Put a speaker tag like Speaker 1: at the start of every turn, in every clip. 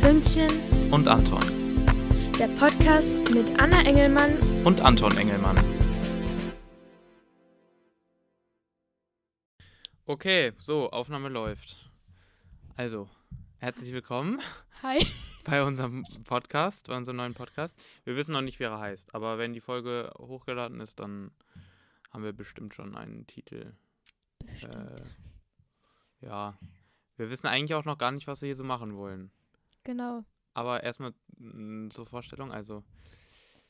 Speaker 1: Hündchen
Speaker 2: und Anton.
Speaker 1: Der Podcast mit Anna Engelmann
Speaker 2: und Anton Engelmann. Okay, so, Aufnahme läuft. Also, herzlich willkommen
Speaker 1: Hi.
Speaker 2: bei unserem Podcast, bei unserem neuen Podcast. Wir wissen noch nicht, wie er heißt, aber wenn die Folge hochgeladen ist, dann haben wir bestimmt schon einen Titel. Äh, ja, wir wissen eigentlich auch noch gar nicht, was wir hier so machen wollen.
Speaker 1: Genau.
Speaker 2: Aber erstmal mh, zur Vorstellung, also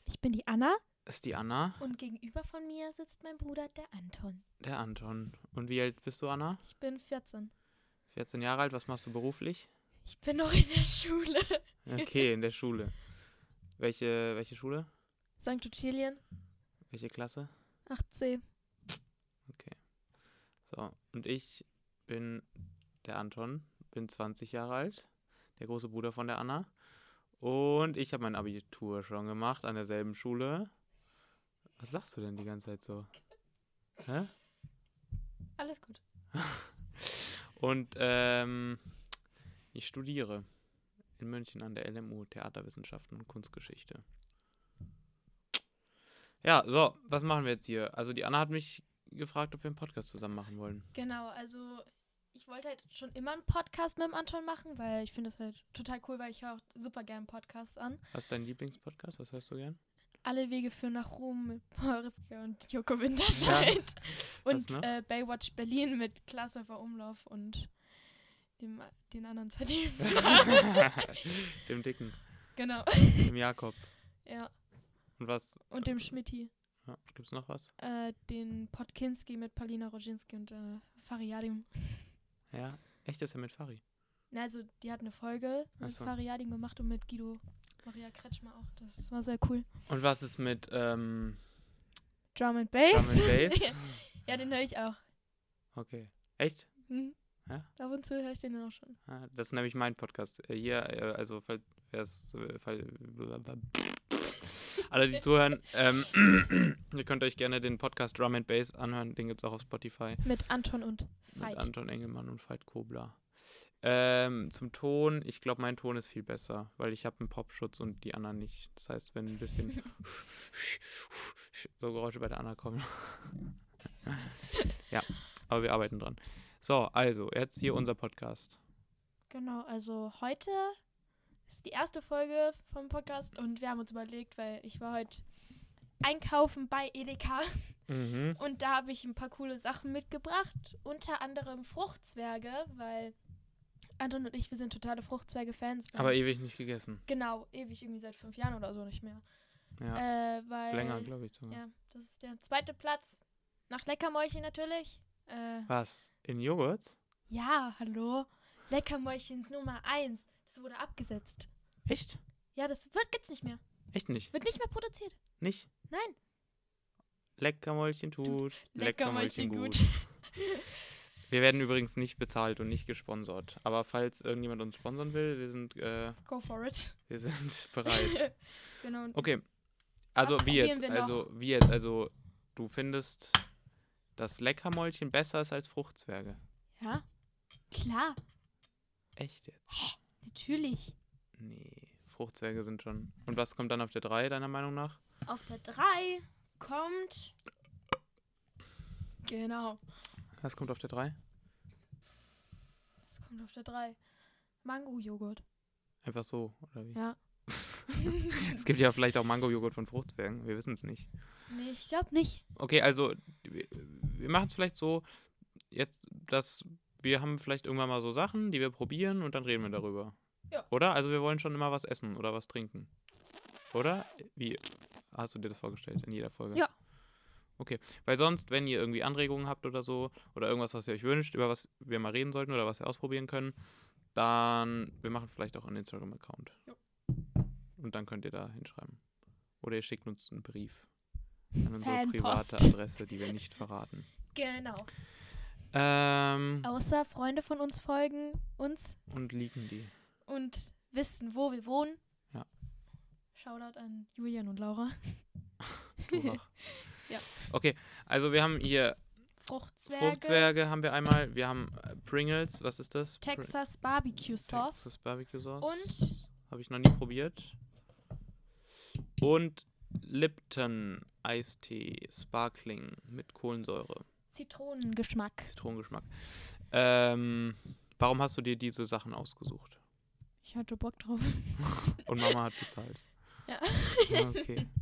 Speaker 1: Ich bin die Anna
Speaker 2: ist die Anna,
Speaker 1: und gegenüber von mir sitzt mein Bruder, der Anton.
Speaker 2: der Anton. Und wie alt bist du, Anna?
Speaker 1: Ich bin 14.
Speaker 2: 14 Jahre alt, was machst du beruflich?
Speaker 1: Ich bin noch in der Schule.
Speaker 2: Okay, in der Schule. Welche, welche Schule?
Speaker 1: St. Ottilien,
Speaker 2: Welche Klasse?
Speaker 1: 8c.
Speaker 2: So, und ich bin der Anton, bin 20 Jahre alt, der große Bruder von der Anna. Und ich habe mein Abitur schon gemacht an derselben Schule. Was lachst du denn die ganze Zeit so? Hä?
Speaker 1: Alles gut.
Speaker 2: Und ähm, ich studiere in München an der LMU Theaterwissenschaften und Kunstgeschichte. Ja, so, was machen wir jetzt hier? Also die Anna hat mich gefragt, ob wir einen Podcast zusammen machen wollen.
Speaker 1: Genau, also ich wollte halt schon immer einen Podcast mit dem Anton machen, weil ich finde das halt total cool, weil ich höre auch super gerne Podcasts an.
Speaker 2: Was ist dein Lieblingspodcast? Was hörst du gern?
Speaker 1: Alle Wege führen nach Rom mit Paul Ripke und Joko Winterscheid. und
Speaker 2: noch?
Speaker 1: äh, Baywatch Berlin mit Klaas Häufer Umlauf und dem, den anderen zwei Typen.
Speaker 2: dem Dicken,
Speaker 1: genau.
Speaker 2: dem Jakob.
Speaker 1: Ja.
Speaker 2: Und was?
Speaker 1: Und dem Schmidti.
Speaker 2: Ja, gibt's noch was?
Speaker 1: Äh, den Podkinski mit Paulina Roginski und äh, Fariadim.
Speaker 2: Ja, echt ist er mit Fari.
Speaker 1: Na, also, die hat eine Folge mit
Speaker 2: Ach so.
Speaker 1: Fariadim gemacht und mit Guido Maria Kretschmer auch. Das war sehr cool.
Speaker 2: Und was ist mit ähm,
Speaker 1: Drum and
Speaker 2: Drum
Speaker 1: Bass.
Speaker 2: and Bass?
Speaker 1: ja, den höre ich auch.
Speaker 2: Okay. Echt?
Speaker 1: Hm.
Speaker 2: Ja?
Speaker 1: Ab und zu höre ich den auch schon.
Speaker 2: Ah, Das ist nämlich mein Podcast. Äh, Hier, äh, also falls wer's, äh, fall- alle, die zuhören, ähm, ihr könnt euch gerne den Podcast Drum and Bass anhören. Den gibt es auch auf Spotify
Speaker 1: Mit Anton und
Speaker 2: mit
Speaker 1: Veit.
Speaker 2: Anton Engelmann und Veit Kobler. Ähm, zum Ton, ich glaube, mein Ton ist viel besser, weil ich habe einen Popschutz und die anderen nicht. Das heißt, wenn ein bisschen so Geräusche bei der Anna kommen. ja, aber wir arbeiten dran. So, also, jetzt hier unser Podcast.
Speaker 1: Genau, also heute ist die erste Folge vom Podcast und wir haben uns überlegt, weil ich war heute einkaufen bei Edeka
Speaker 2: Mhm.
Speaker 1: und da habe ich ein paar coole Sachen mitgebracht, unter anderem Fruchtzwerge, weil Anton und ich, wir sind totale Fruchtzwerge-Fans.
Speaker 2: Aber ewig nicht gegessen.
Speaker 1: Genau, ewig, irgendwie seit fünf Jahren oder so nicht mehr.
Speaker 2: Ja.
Speaker 1: Äh, weil,
Speaker 2: Länger, glaube ich sogar.
Speaker 1: Ja, das ist der zweite Platz. Nach Leckermäulchen natürlich. Äh,
Speaker 2: Was? In Joghurt?
Speaker 1: ja, hallo. Leckermäulchen Nummer eins. Das wurde abgesetzt.
Speaker 2: Echt?
Speaker 1: Ja, das wird gibt's nicht mehr.
Speaker 2: Echt nicht?
Speaker 1: Wird nicht mehr produziert.
Speaker 2: Nicht?
Speaker 1: Nein.
Speaker 2: Leckermäulchen tut. Leckermäulchen
Speaker 1: Leckermäulchen
Speaker 2: gut. Wir werden übrigens nicht bezahlt und nicht gesponsert. Aber falls irgendjemand uns sponsern will, wir sind, äh,
Speaker 1: Go for it.
Speaker 2: wir sind bereit.
Speaker 1: genau. und-
Speaker 2: Okay. Also
Speaker 1: Was
Speaker 2: wie jetzt?
Speaker 1: probieren wir noch?
Speaker 2: Also wie jetzt? Also du findest, dass Leckermäulchen besser ist als Fruchtzwerge.
Speaker 1: Ja. Klar,
Speaker 2: Echt jetzt?
Speaker 1: natürlich.
Speaker 2: Nee. Fruchtzwerge sind schon. Und was kommt dann auf der 3 deiner Meinung nach?
Speaker 1: Auf der 3 kommt. Genau.
Speaker 2: Was kommt auf der 3?
Speaker 1: Was kommt auf der 3? Mango-Joghurt.
Speaker 2: Einfach so, oder wie?
Speaker 1: Ja.
Speaker 2: Es gibt ja vielleicht auch Mango-Joghurt von Fruchtzwergen, wir wissen es nicht.
Speaker 1: Nee, ich glaube nicht.
Speaker 2: Okay, also wir- wir machen es vielleicht so, jetzt, dass wir haben vielleicht irgendwann mal so Sachen, die wir probieren und dann reden wir darüber.
Speaker 1: Mhm. Ja.
Speaker 2: Oder? Also wir wollen schon immer was essen oder was trinken. Oder? Wie hast du dir das vorgestellt in jeder Folge?
Speaker 1: Ja.
Speaker 2: Okay, weil sonst, wenn ihr irgendwie Anregungen habt oder so, oder irgendwas, was ihr euch wünscht, über was wir mal reden sollten oder was wir ausprobieren können, dann wir machen vielleicht auch einen Instagram-Account.
Speaker 1: Jo.
Speaker 2: Und dann könnt ihr da hinschreiben. Oder ihr schickt uns einen Brief an unsere
Speaker 1: Fanpost.
Speaker 2: private Adresse, die wir nicht verraten.
Speaker 1: Genau.
Speaker 2: Ähm,
Speaker 1: Außer Freunde von uns folgen uns
Speaker 2: und liegen die.
Speaker 1: und wissen, wo wir wohnen.
Speaker 2: Ja.
Speaker 1: Shoutout an Julian und Laura.
Speaker 2: Durach.
Speaker 1: Ja.
Speaker 2: Okay, also wir haben hier
Speaker 1: Fruchtzwerge.
Speaker 2: Fruchtzwerge haben wir einmal, wir haben äh, Pringles, was ist das? Pri-
Speaker 1: Texas Barbecue Sauce.
Speaker 2: Texas Barbecue Sauce.
Speaker 1: Und
Speaker 2: Habe ich noch nie probiert. Und Lipton Eistee Sparkling mit Kohlensäure.
Speaker 1: Zitronengeschmack.
Speaker 2: Zitronengeschmack. Ähm, warum hast du dir diese Sachen ausgesucht?
Speaker 1: Ich hatte Bock drauf.
Speaker 2: Und Mama hat bezahlt.
Speaker 1: Ja.
Speaker 2: Ah, Okay.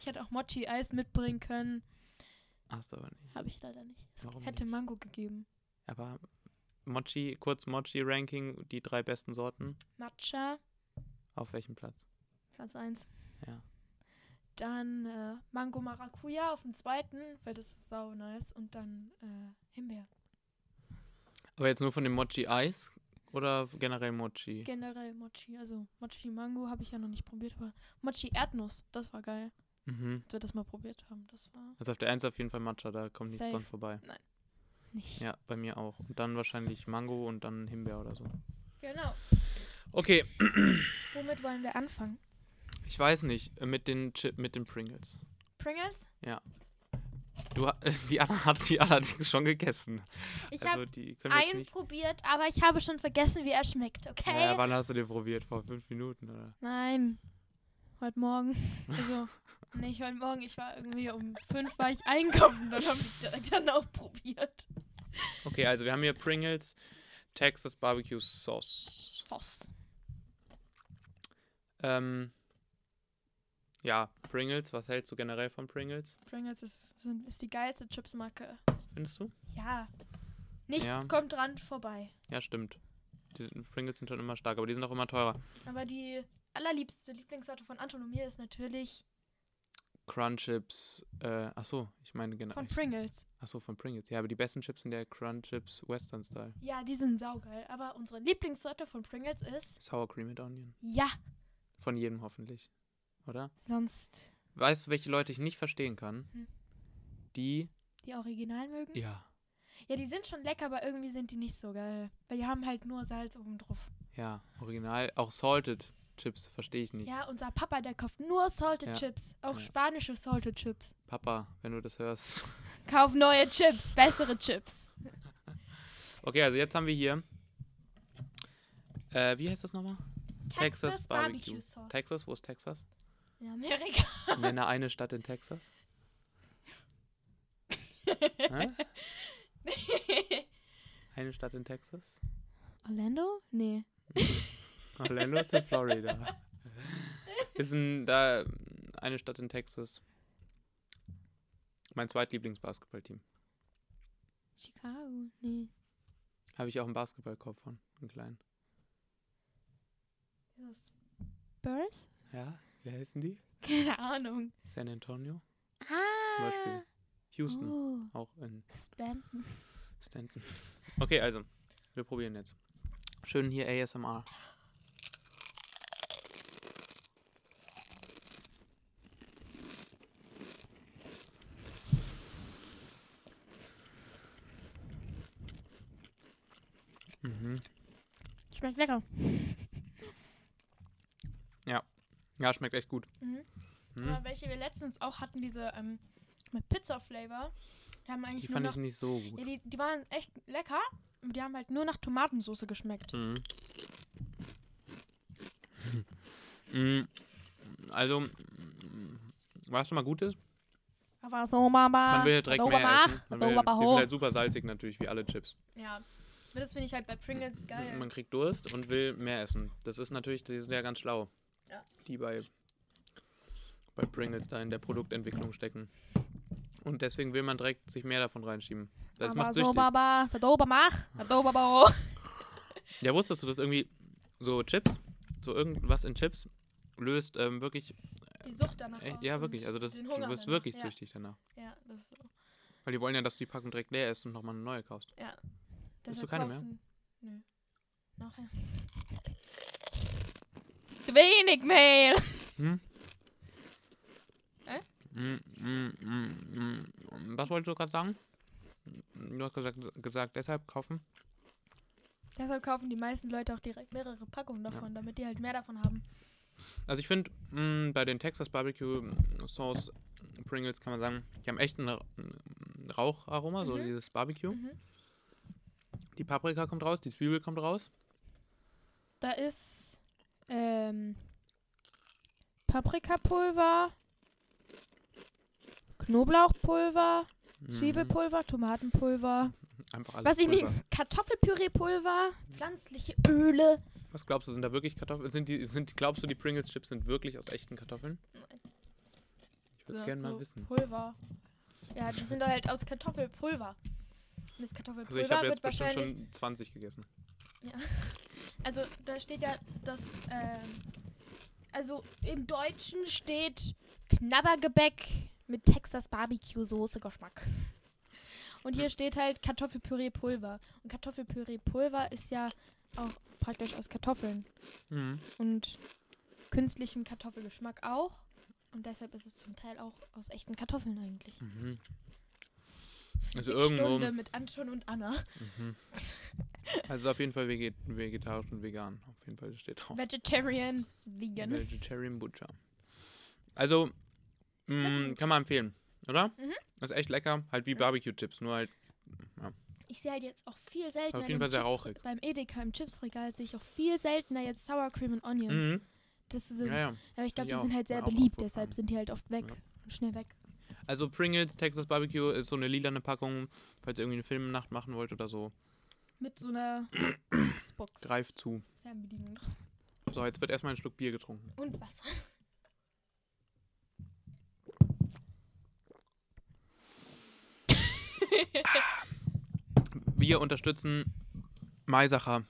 Speaker 1: Ich hätte auch Mochi-Eis mitbringen können.
Speaker 2: Hast du aber nicht.
Speaker 1: Habe ich leider nicht. Es
Speaker 2: Warum
Speaker 1: hätte Mango gegeben.
Speaker 2: Aber Mochi, kurz Mochi-Ranking, die drei besten Sorten.
Speaker 1: Matcha,
Speaker 2: Auf welchem Platz?
Speaker 1: Platz 1.
Speaker 2: Ja.
Speaker 1: Dann äh, Mango Maracuja auf dem zweiten, weil das ist sau nice. Und dann äh, Himbeer.
Speaker 2: Aber jetzt nur von dem Mochi-Eis oder generell Mochi?
Speaker 1: Generell Mochi. Also Mochi Mango habe ich ja noch nicht probiert, aber Mochi Erdnuss, das war geil,
Speaker 2: Mhm.
Speaker 1: dass wir das mal probiert haben. Das war
Speaker 2: Also auf der 1 auf jeden Fall Matcha, da kommt nichts
Speaker 1: Safe.
Speaker 2: dran vorbei.
Speaker 1: nicht.
Speaker 2: Ja, bei mir auch. Und dann wahrscheinlich Mango und dann Himbeer oder so.
Speaker 1: Genau.
Speaker 2: Okay,
Speaker 1: Womit wollen wir anfangen?
Speaker 2: ich weiß nicht, äh, mit den Chip, mit den Pringles.
Speaker 1: Pringles?
Speaker 2: Du, ha- die Anna hat die allerdings schon gegessen.
Speaker 1: Ich
Speaker 2: also
Speaker 1: habe
Speaker 2: die können wir jetzt
Speaker 1: einen
Speaker 2: nicht.
Speaker 1: probiert, aber ich habe schon vergessen, wie er schmeckt, okay?
Speaker 2: Ja, wann hast du den probiert? Vor fünf Minuten, oder?
Speaker 1: Nein. Heute Morgen. Also, nicht heute Morgen. Ich war irgendwie um fünf war ich einkaufen. Dann habe ich direkt danach probiert.
Speaker 2: Okay, also wir haben hier Pringles, Texas Barbecue Sauce.
Speaker 1: Voss.
Speaker 2: Ähm, ja, Pringles, was hältst du generell von Pringles,
Speaker 1: Pringles ist, sind, ist die geilste Chipsmarke.
Speaker 2: findest du?
Speaker 1: Ja. Nichts
Speaker 2: Ja.
Speaker 1: kommt dran vorbei.
Speaker 2: Ja, stimmt. Die sind- Pringles sind schon immer stark, aber die sind auch immer teurer.
Speaker 1: Aber die allerliebste Lieblingssorte von Anton und mir ist natürlich
Speaker 2: Crunchips, äh, achso, ich meine generell.
Speaker 1: von Pringles.
Speaker 2: Achso, von Pringles. Ja, aber die besten Chips sind der Crunchips Western Style.
Speaker 1: Ja, die sind saugeil. Aber unsere Lieblingssorte von Pringles ist.
Speaker 2: Sour Cream and Onion.
Speaker 1: Ja,
Speaker 2: Von jedem hoffentlich. Oder?
Speaker 1: sonst
Speaker 2: Weißt du, welche Leute ich nicht verstehen kann?
Speaker 1: Hm.
Speaker 2: Die.
Speaker 1: die Original mögen.
Speaker 2: Ja.
Speaker 1: Ja, die sind schon lecker, aber irgendwie sind die nicht so geil. Weil die haben halt nur Salz oben drauf.
Speaker 2: Ja, original. Auch Salted Chips verstehe ich nicht.
Speaker 1: Ja, unser Papa, der kauft nur Salted
Speaker 2: Ja.
Speaker 1: Chips. Auch
Speaker 2: Ja.
Speaker 1: spanische Salted Chips.
Speaker 2: Papa, wenn du das hörst.
Speaker 1: Kauf neue Chips, bessere Chips.
Speaker 2: Okay, also jetzt haben wir hier. Äh, wie heißt das nochmal?
Speaker 1: Texas Barbecue Sauce.
Speaker 2: Texas, wo ist Texas?
Speaker 1: In Amerika.
Speaker 2: Nenne eine Stadt in Texas. Hä? Eine Stadt in Texas?
Speaker 1: Orlando? Nee.
Speaker 2: Orlando ist in Florida. Ist ein, da eine Stadt in Texas. Mein zweitlieblingsbasketballteam.
Speaker 1: Chicago? Nee.
Speaker 2: Habe ich auch einen Basketballkorb von, einen kleinen.
Speaker 1: Ist das Spurs?
Speaker 2: Ja, wie heißen die?
Speaker 1: Keine Ahnung.
Speaker 2: San Antonio,
Speaker 1: Ah.
Speaker 2: zum Beispiel. Houston,
Speaker 1: Oh.
Speaker 2: auch in
Speaker 1: Stanton.
Speaker 2: Stanton. Okay, also, wir probieren jetzt. Schön hier ASMR. Mhm.
Speaker 1: Schmeckt lecker.
Speaker 2: Ja, schmeckt echt gut.
Speaker 1: Mhm.
Speaker 2: Hm?
Speaker 1: Aber welche wir letztens auch hatten, diese ähm, mit Pizza-Flavor. Die haben eigentlich
Speaker 2: Die
Speaker 1: nur
Speaker 2: fand ich
Speaker 1: noch
Speaker 2: nicht so
Speaker 1: Ja,
Speaker 2: gut.
Speaker 1: die, die waren echt lecker. aber Die haben halt nur nach Tomatensauce geschmeckt.
Speaker 2: Mhm. Mhm. Also, mm, was schon mal gut ist,
Speaker 1: Aber so, Mama.
Speaker 2: man will halt direkt mehr essen. Man will, die sind
Speaker 1: Halt
Speaker 2: halt super salzig natürlich, wie alle Chips.
Speaker 1: ja. Aber Das finde ich halt bei Pringles geil.
Speaker 2: Man kriegt Durst und will mehr essen. Das ist natürlich, die sind ja ganz schlau.
Speaker 1: Ja.
Speaker 2: Die bei, bei Pringles da in der Produktentwicklung stecken. Und deswegen will man direkt sich mehr davon reinschieben. Das
Speaker 1: aber
Speaker 2: macht
Speaker 1: so,
Speaker 2: süchtig.
Speaker 1: Baba. Doba mach. Doba bau.
Speaker 2: Ja, wusstest du, dass irgendwie so Chips, so irgendwas in Chips löst ähm, wirklich,
Speaker 1: Die Sucht danach.
Speaker 2: echt,
Speaker 1: aus
Speaker 2: ja
Speaker 1: und
Speaker 2: wirklich, also das, du
Speaker 1: den Hunger
Speaker 2: wirst
Speaker 1: danach.
Speaker 2: wirklich
Speaker 1: ja.
Speaker 2: süchtig danach.
Speaker 1: Ja, das ist so.
Speaker 2: Weil die wollen ja, dass du die Packung direkt leer isst und nochmal eine neue kaufst.
Speaker 1: Deshalb
Speaker 2: du keine mehr?
Speaker 1: kaufen- Nö. Noch ja. Zu wenig Mehl.
Speaker 2: Hm?
Speaker 1: Hä?
Speaker 2: Mm, mm, mm, mm. Was wolltest du gerade sagen? Du hast gesagt, gesagt deshalb kaufen.
Speaker 1: Deshalb kaufen die meisten Leute auch direkt mehrere Packungen davon, damit die halt mehr davon haben.
Speaker 2: Also ich finde, bei den Texas Barbecue Sauce Pringles kann man sagen, die haben echt ein Ra- ein Raucharoma, so
Speaker 1: Mhm.
Speaker 2: dieses Barbecue.
Speaker 1: Mhm.
Speaker 2: Die Paprika kommt raus, die Zwiebel kommt raus.
Speaker 1: Da ist ähm, Paprikapulver, Knoblauchpulver,
Speaker 2: Mhm.
Speaker 1: Zwiebelpulver, Tomatenpulver,
Speaker 2: Einfach alles
Speaker 1: was ich nicht,
Speaker 2: Pulver.
Speaker 1: Kartoffelpüreepulver, pflanzliche Öle.
Speaker 2: Was glaubst du, sind da wirklich Kartoffeln? Sind die, sind die, glaubst du, die Pringles Chips sind wirklich aus echten Kartoffeln? Ich würde es
Speaker 1: So-
Speaker 2: gerne mal
Speaker 1: so
Speaker 2: wissen.
Speaker 1: Pulver. Ja, die sind doch halt aus Kartoffelpulver. Und das Kartoffelpulver
Speaker 2: Also ich habe
Speaker 1: wird
Speaker 2: jetzt bestimmt
Speaker 1: wahrscheinlich.
Speaker 2: schon 20 gegessen.
Speaker 1: Also da steht ja, dass. Ähm, also im Deutschen steht Knabbergebäck mit Texas Barbecue Soße Geschmack. Und hier steht halt Kartoffelpüree Pulver. Und Kartoffelpüree Pulver ist ja auch praktisch aus Kartoffeln
Speaker 2: Mhm.
Speaker 1: und künstlichem Kartoffelgeschmack auch. Und deshalb ist es zum Teil auch aus echten Kartoffeln eigentlich.
Speaker 2: Mhm. Also
Speaker 1: Also
Speaker 2: irgendwo-
Speaker 1: Stunde mit Anton und Anna.
Speaker 2: Mhm. Also auf jeden Fall vege- vegetarisch und vegan. Auf jeden Fall das steht drauf.
Speaker 1: Vegetarian, vegan.
Speaker 2: Vegetarian Butcher. Also mh, kann man empfehlen, oder?
Speaker 1: Mhm.
Speaker 2: Ist echt lecker. Halt wie Barbecue-Chips, nur halt
Speaker 1: Ich sehe halt jetzt auch viel seltener.
Speaker 2: jeden
Speaker 1: im
Speaker 2: Fall sehr
Speaker 1: Chips-
Speaker 2: rauchig.
Speaker 1: Beim Edeka im Chipsregal sehe ich auch viel seltener jetzt Sour Cream und Onion.
Speaker 2: Mhm.
Speaker 1: Das sind,
Speaker 2: Ja, ja.
Speaker 1: Aber ich glaube,
Speaker 2: ich
Speaker 1: die
Speaker 2: auch.
Speaker 1: sind halt sehr
Speaker 2: War auch
Speaker 1: beliebt,
Speaker 2: aufgefallen.
Speaker 1: deshalb sind die halt oft weg.
Speaker 2: Ja.
Speaker 1: Und schnell weg.
Speaker 2: Also Pringles, Texas Barbecue ist so eine lilane Packung, falls ihr irgendwie eine Filmnacht machen wollt oder so.
Speaker 1: Mit so einer Xbox.
Speaker 2: Greift zu.
Speaker 1: Fernbedienung.
Speaker 2: So, jetzt wird erstmal ein Schluck Bier getrunken.
Speaker 1: Und Wasser.
Speaker 2: Wir unterstützen Maisacher,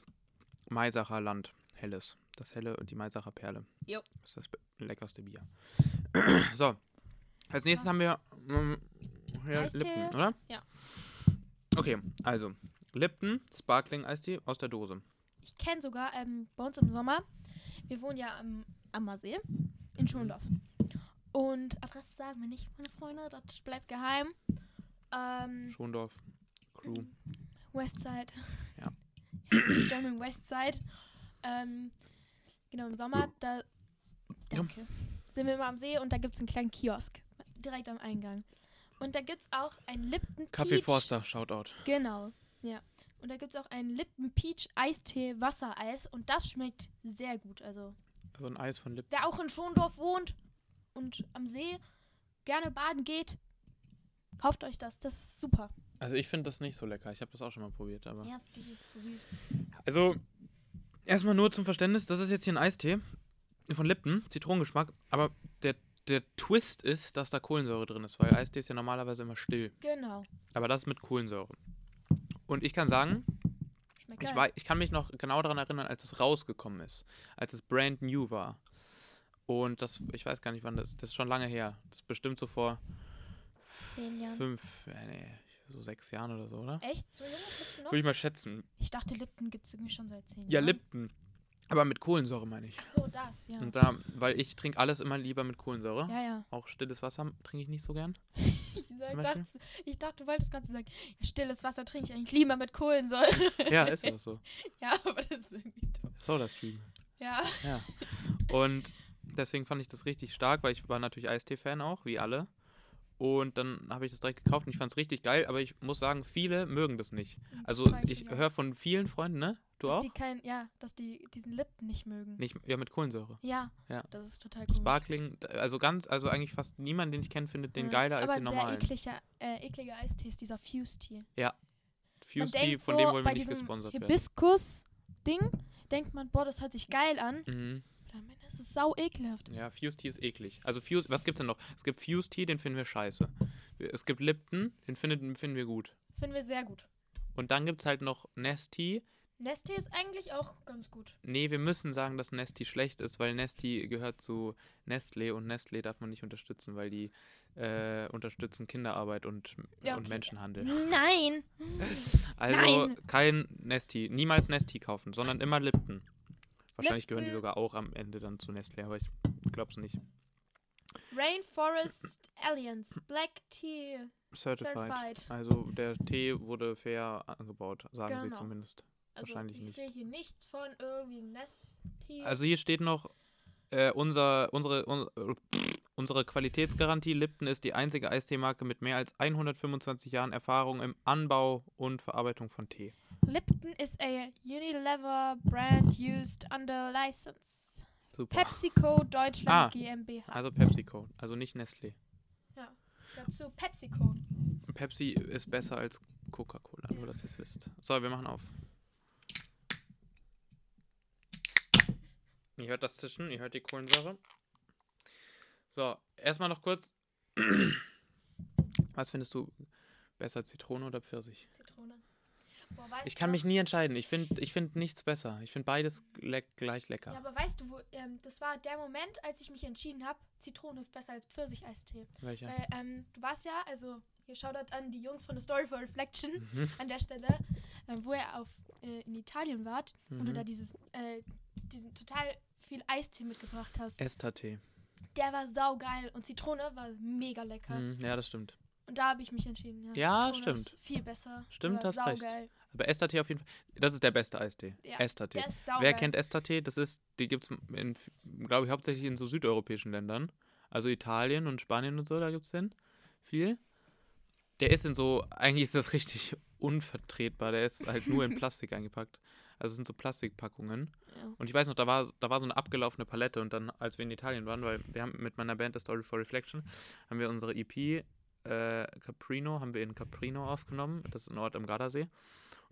Speaker 2: Maisacher Land, Helles. Das Helle und die Maisacher Perle.
Speaker 1: Jo.
Speaker 2: Das ist das be- leckerste Bier. so, als nächstes haben wir ähm, hier
Speaker 1: Eistee.
Speaker 2: Lipton, oder?
Speaker 1: Ja.
Speaker 2: Okay, also Lipton Sparkling Eistee aus der Dose.
Speaker 1: Ich kenne sogar ähm, bei uns im Sommer, wir wohnen ja am Ammersee
Speaker 2: Mhm.
Speaker 1: in Schondorf. Und Adresse sagen wir nicht, meine Freunde, das bleibt geheim. Ähm,
Speaker 2: Schondorf, Crew.
Speaker 1: Westside.
Speaker 2: Ja.
Speaker 1: German Westside. Ähm, genau, im Sommer, da danke, sind wir immer am See und da gibt es einen kleinen Kiosk. Direkt am Eingang. Und da gibt es auch einen Lipton
Speaker 2: Kaffee
Speaker 1: Peach.
Speaker 2: Forster, Shoutout.
Speaker 1: Genau, ja. Und da gibt es auch einen Lippen Peach Eistee Wassereis und das schmeckt sehr gut. Also,
Speaker 2: So ein Eis von Lipton.
Speaker 1: wer auch in Schondorf wohnt und am See gerne baden geht, kauft euch das. Das ist super.
Speaker 2: Also ich finde das nicht so lecker. Ich habe das auch schon mal probiert, aber.
Speaker 1: Ja, für dich ist zu süß.
Speaker 2: Also, erstmal nur zum Verständnis, das ist jetzt hier ein Eistee von Lipton, Zitronengeschmack, aber der, der Twist ist, dass da Kohlensäure drin ist, weil Eistee ist ja normalerweise immer still.
Speaker 1: Genau.
Speaker 2: Aber das mit Kohlensäure. Und ich kann sagen,
Speaker 1: Schmeckt
Speaker 2: ich,
Speaker 1: geil.
Speaker 2: war, ich kann mich noch genau daran erinnern, als es rausgekommen ist, als es brand new war. Und das, ich weiß gar nicht, wann das, das ist schon lange her. Das ist bestimmt so vor
Speaker 1: Zehn Jahren.
Speaker 2: fünf, äh, nee, so sechs Jahren oder so, oder?
Speaker 1: Echt? So jung ist Lipton noch?
Speaker 2: Würde ich mal schätzen.
Speaker 1: Ich dachte, Lipton gibt es irgendwie schon seit zehn
Speaker 2: Ja,
Speaker 1: Jahren.
Speaker 2: Lipton. Aber mit Kohlensäure meine ich.
Speaker 1: Ach so, das, ja.
Speaker 2: Und da, weil ich trinke alles immer lieber mit Kohlensäure.
Speaker 1: Ja, ja.
Speaker 2: Auch stilles Wasser trinke ich nicht so gern.
Speaker 1: Ich
Speaker 2: Beispiel?
Speaker 1: dachte, ich dachte, du wolltest gerade so sagen, stilles Wasser trinke ich eigentlich lieber mit Kohlensäure.
Speaker 2: Ja, ist das so.
Speaker 1: ja, aber das ist irgendwie doof.
Speaker 2: Soda Stream.
Speaker 1: Ja.
Speaker 2: Ja. Und deswegen fand ich das richtig stark, weil ich war natürlich Eistee-Fan auch, wie alle. Und dann habe ich das direkt gekauft und ich fand es richtig geil, aber ich muss sagen, viele mögen das nicht. Also
Speaker 1: Frag
Speaker 2: ich
Speaker 1: mich auch.
Speaker 2: höre von vielen Freunden, ne? Du
Speaker 1: dass
Speaker 2: auch?
Speaker 1: Die kein, ja, dass die diesen Lipton nicht mögen.
Speaker 2: Nicht, ja, mit Kohlensäure.
Speaker 1: Ja,
Speaker 2: Ja.
Speaker 1: das ist total komisch.
Speaker 2: Sparkling, also ganz, also eigentlich fast niemand, den ich kenne, findet den
Speaker 1: Ja.
Speaker 2: geiler
Speaker 1: Aber
Speaker 2: als den
Speaker 1: Sehr
Speaker 2: normalen.
Speaker 1: ekliger, äh, ekliger Eistee ist dieser Fuse-Tee. Man
Speaker 2: Fuse Tea,
Speaker 1: denkt
Speaker 2: von
Speaker 1: so,
Speaker 2: dem wollen
Speaker 1: bei
Speaker 2: wir nicht
Speaker 1: diesem
Speaker 2: gesponsert werden.
Speaker 1: Hibiskus-Ding denkt man, boah, das hört sich geil an.
Speaker 2: Mhm.
Speaker 1: Aber am Ende ist es sau ekelhaft.
Speaker 2: Ja, Fuse Tea ist eklig. Also Fuse, was gibt's denn noch? Es gibt Fuse Tea, den finden wir scheiße. Wir- Es gibt Lipton, den finden, finden wir gut.
Speaker 1: Finden wir sehr gut.
Speaker 2: Und dann gibt's halt noch Nesty.
Speaker 1: Nestea ist eigentlich auch ganz gut.
Speaker 2: Nee, wir müssen sagen, dass Nesty schlecht ist, weil Nesty gehört zu Nestle und Nestle darf man nicht unterstützen, weil die äh, unterstützen Kinderarbeit und,
Speaker 1: Ja,
Speaker 2: und
Speaker 1: okay.
Speaker 2: Menschenhandel.
Speaker 1: Nein!
Speaker 2: Also
Speaker 1: Nein.
Speaker 2: kein Nesty, niemals Nesty kaufen, sondern immer Lipton. Wahrscheinlich gehören die
Speaker 1: Lipton.
Speaker 2: sogar auch am Ende dann zu Nestle, aber ich glaub's nicht.
Speaker 1: Rainforest Alliance Black Tea.
Speaker 2: Certified.
Speaker 1: Certified.
Speaker 2: Also der Tee wurde fair angebaut, sagen sie
Speaker 1: Genau.
Speaker 2: zumindest.
Speaker 1: Also
Speaker 2: Wahrscheinlich
Speaker 1: ich
Speaker 2: nicht.
Speaker 1: sehe hier nichts von irgendwie Nestea.
Speaker 2: Also hier steht noch, äh, unser, unsere, un, äh, unsere Qualitätsgarantie Lipton ist die einzige Eisteemarke mit mehr als 125 Jahren Erfahrung im Anbau und Verarbeitung von Tee.
Speaker 1: Lipton is a Unilever brand used under license.
Speaker 2: Super.
Speaker 1: PepsiCo Deutschland
Speaker 2: Ah.
Speaker 1: GmbH.
Speaker 2: Also PepsiCo, also nicht Nestlé.
Speaker 1: Dazu PepsiCo.
Speaker 2: Pepsi ist besser als Coca-Cola, nur dass ihr es wisst. So, wir machen auf. Ihr hört das Zischen, ihr hört die Kohlensäure. So, erstmal noch kurz. Was findest du besser, Zitrone oder Pfirsich?
Speaker 1: Zitrone. Boah, weißt
Speaker 2: Ich
Speaker 1: du
Speaker 2: kann
Speaker 1: noch-
Speaker 2: mich nie entscheiden. Ich finde ich find nichts besser. Ich finde beides leck, gleich
Speaker 1: Ja,
Speaker 2: lecker.
Speaker 1: aber weißt du, wo, ähm, das war der Moment, als ich mich entschieden habe, Zitrone ist besser als Pfirsicheistee.
Speaker 2: Welcher?
Speaker 1: Weil, ähm, du warst ja, also hier schaudert an die Jungs von The Story for Reflection
Speaker 2: Mhm.
Speaker 1: an der Stelle, äh, wo ihr auf, äh, in Italien wart und du
Speaker 2: Mhm.
Speaker 1: da dieses, äh, diesen total viel Eistee mitgebracht hast.
Speaker 2: Ester-Tee.
Speaker 1: Der war saugeil und Zitrone war mega lecker.
Speaker 2: Mhm. Ja, das stimmt.
Speaker 1: Und da habe ich mich entschieden.
Speaker 2: Ja,
Speaker 1: Zitrone
Speaker 2: stimmt.
Speaker 1: Ist viel besser.
Speaker 2: Stimmt,
Speaker 1: aber
Speaker 2: hast recht.
Speaker 1: saugeil.
Speaker 2: Aber Ester-Tee auf jeden Fall. Das ist der beste Eistee.
Speaker 1: Ja,
Speaker 2: Ester-Tee.
Speaker 1: Der ist saugeil.
Speaker 2: Wer kennt Ester-Tee? Das ist, die gibt es, glaube ich, hauptsächlich in so südeuropäischen Ländern. Also Italien und Spanien und so, da gibt es den viel. Der ist in so, eigentlich ist das richtig unvertretbar. Der ist halt nur in Plastik eingepackt. Also es sind so Plastikpackungen.
Speaker 1: Ja.
Speaker 2: Und ich weiß noch, da war, da war so eine abgelaufene Palette und dann, als wir in Italien waren, weil wir haben mit meiner Band The Story for Reflection, haben wir unsere EP äh, Caprino, haben wir in Caprino aufgenommen, das ist ein Ort am Gardasee. Und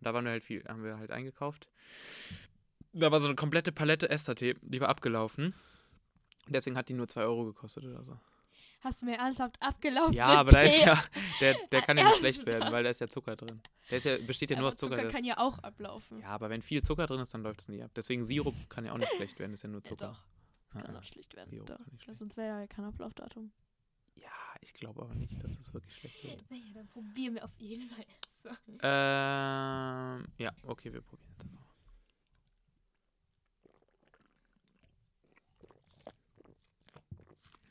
Speaker 2: da waren wir halt viel, haben wir halt eingekauft. Da war so eine komplette Palette Ester-Tee, die war abgelaufen. Deswegen hat die nur 2 Euro gekostet oder so.
Speaker 1: Hast du mir ernsthaft abgelaufen?
Speaker 2: Ja,
Speaker 1: mit
Speaker 2: aber da
Speaker 1: Tee?
Speaker 2: ist ja, der, der kann ja nicht schlecht
Speaker 1: Ernsthaft?
Speaker 2: werden, weil da ist ja Zucker drin. Der ist ja, besteht ja nur
Speaker 1: aber
Speaker 2: aus Zucker.
Speaker 1: Zucker
Speaker 2: das-
Speaker 1: Also, kann ja auch ablaufen.
Speaker 2: ja, aber wenn viel Zucker drin ist, dann läuft es nie ab. Deswegen Sirup kann ja auch nicht schlecht werden, ist ja nur
Speaker 1: Ja,
Speaker 2: Zucker.
Speaker 1: doch. Das kann
Speaker 2: Ah,
Speaker 1: auch schlecht
Speaker 2: Jo,
Speaker 1: werden. Doch.
Speaker 2: kann nicht
Speaker 1: Weil Sonst wäre ja kein Ablaufdatum.
Speaker 2: Ja, ich glaube aber nicht, dass es wirklich schlecht wird.
Speaker 1: Naja, dann probieren wir auf jeden Fall. So.
Speaker 2: Ähm, ja, okay, wir probieren es einfach.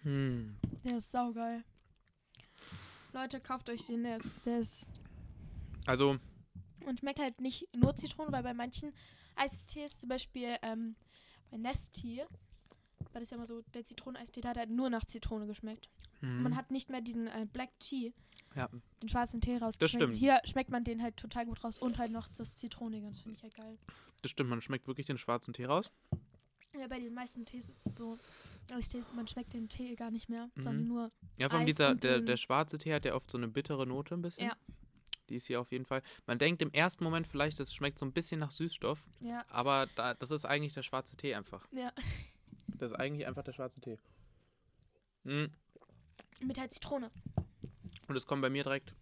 Speaker 2: Hm,
Speaker 1: Der ist saugeil. Leute, kauft euch den. Der ist, der ist
Speaker 2: also,
Speaker 1: und schmeckt halt nicht nur Zitrone, weil bei manchen Eistees, zum Beispiel ähm, bei Nestea, war das ja immer so, der Zitroneneistee, der hat halt nur nach Zitrone geschmeckt.
Speaker 2: hm,
Speaker 1: Man hat nicht mehr diesen äh, Black Tea,
Speaker 2: ja,
Speaker 1: den schwarzen Tee raus.
Speaker 2: stimmt.
Speaker 1: Hier schmeckt man den halt total gut raus und halt noch das Zitronige. Das finde ich ja halt geil.
Speaker 2: das stimmt, man schmeckt wirklich den schwarzen Tee raus.
Speaker 1: Ja, bei den meisten Tees ist es so. Eistees, man schmeckt den Tee gar nicht mehr,
Speaker 2: Mhm.
Speaker 1: sondern nur.
Speaker 2: Ja, vor allem
Speaker 1: Eis
Speaker 2: dieser,
Speaker 1: und
Speaker 2: der,
Speaker 1: den-
Speaker 2: der schwarze Tee hat ja oft so eine bittere Note ein bisschen.
Speaker 1: Ja.
Speaker 2: Die ist hier auf jeden Fall. Man denkt im ersten Moment vielleicht, das schmeckt so ein bisschen nach Süßstoff,
Speaker 1: Ja,
Speaker 2: aber da, das ist eigentlich der schwarze Tee einfach.
Speaker 1: ja.
Speaker 2: Das ist eigentlich einfach der schwarze Tee. Hm.
Speaker 1: Mit halt Zitrone.
Speaker 2: Und es kommen bei mir direkt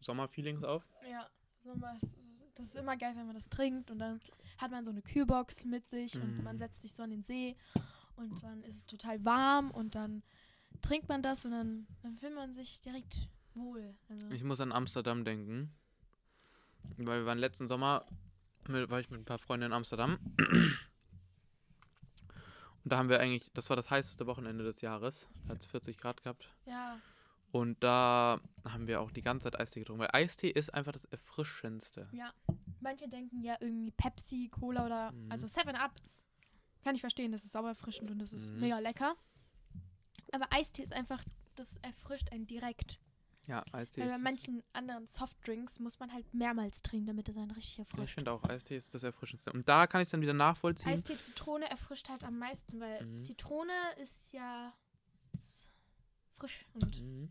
Speaker 2: Sommerfeelings auf.
Speaker 1: Ja. Sommer ist- Das ist immer geil, wenn man das trinkt und dann hat man so eine Kühlbox mit sich und
Speaker 2: Mhm.
Speaker 1: man setzt sich so an den See und dann ist es total warm und dann trinkt man das und dann, dann fühlt man sich direkt wohl. Also,
Speaker 2: Ich muss an Amsterdam denken. Weil wir waren letzten Sommer, mit, war ich mit ein paar Freunden in Amsterdam. Und da haben wir eigentlich, das war das heißeste Wochenende des Jahres. Da hat es 40 Grad gehabt.
Speaker 1: ja,
Speaker 2: Und da haben wir auch die ganze Zeit Eistee getrunken. Weil Eistee ist einfach das Erfrischendste.
Speaker 1: ja. Manche denken ja irgendwie Pepsi, Cola oder
Speaker 2: Mhm.
Speaker 1: also Seven Up. Kann ich verstehen, das ist sauber erfrischend und das ist
Speaker 2: Mhm.
Speaker 1: mega lecker. Aber Eistee ist einfach, das erfrischt einen direkt.
Speaker 2: Ja, Eistee
Speaker 1: Weil
Speaker 2: ist
Speaker 1: bei
Speaker 2: das-
Speaker 1: manchen anderen Softdrinks muss man halt mehrmals trinken, damit es einen richtig
Speaker 2: Ja, ich
Speaker 1: erfrischt.
Speaker 2: finde auch, Eistee ist das Erfrischendste. Und da kann ich dann wieder nachvollziehen.
Speaker 1: Eistee Zitrone erfrischt halt am meisten, weil
Speaker 2: Mhm.
Speaker 1: Zitrone ist ja ist frisch und
Speaker 2: Mhm.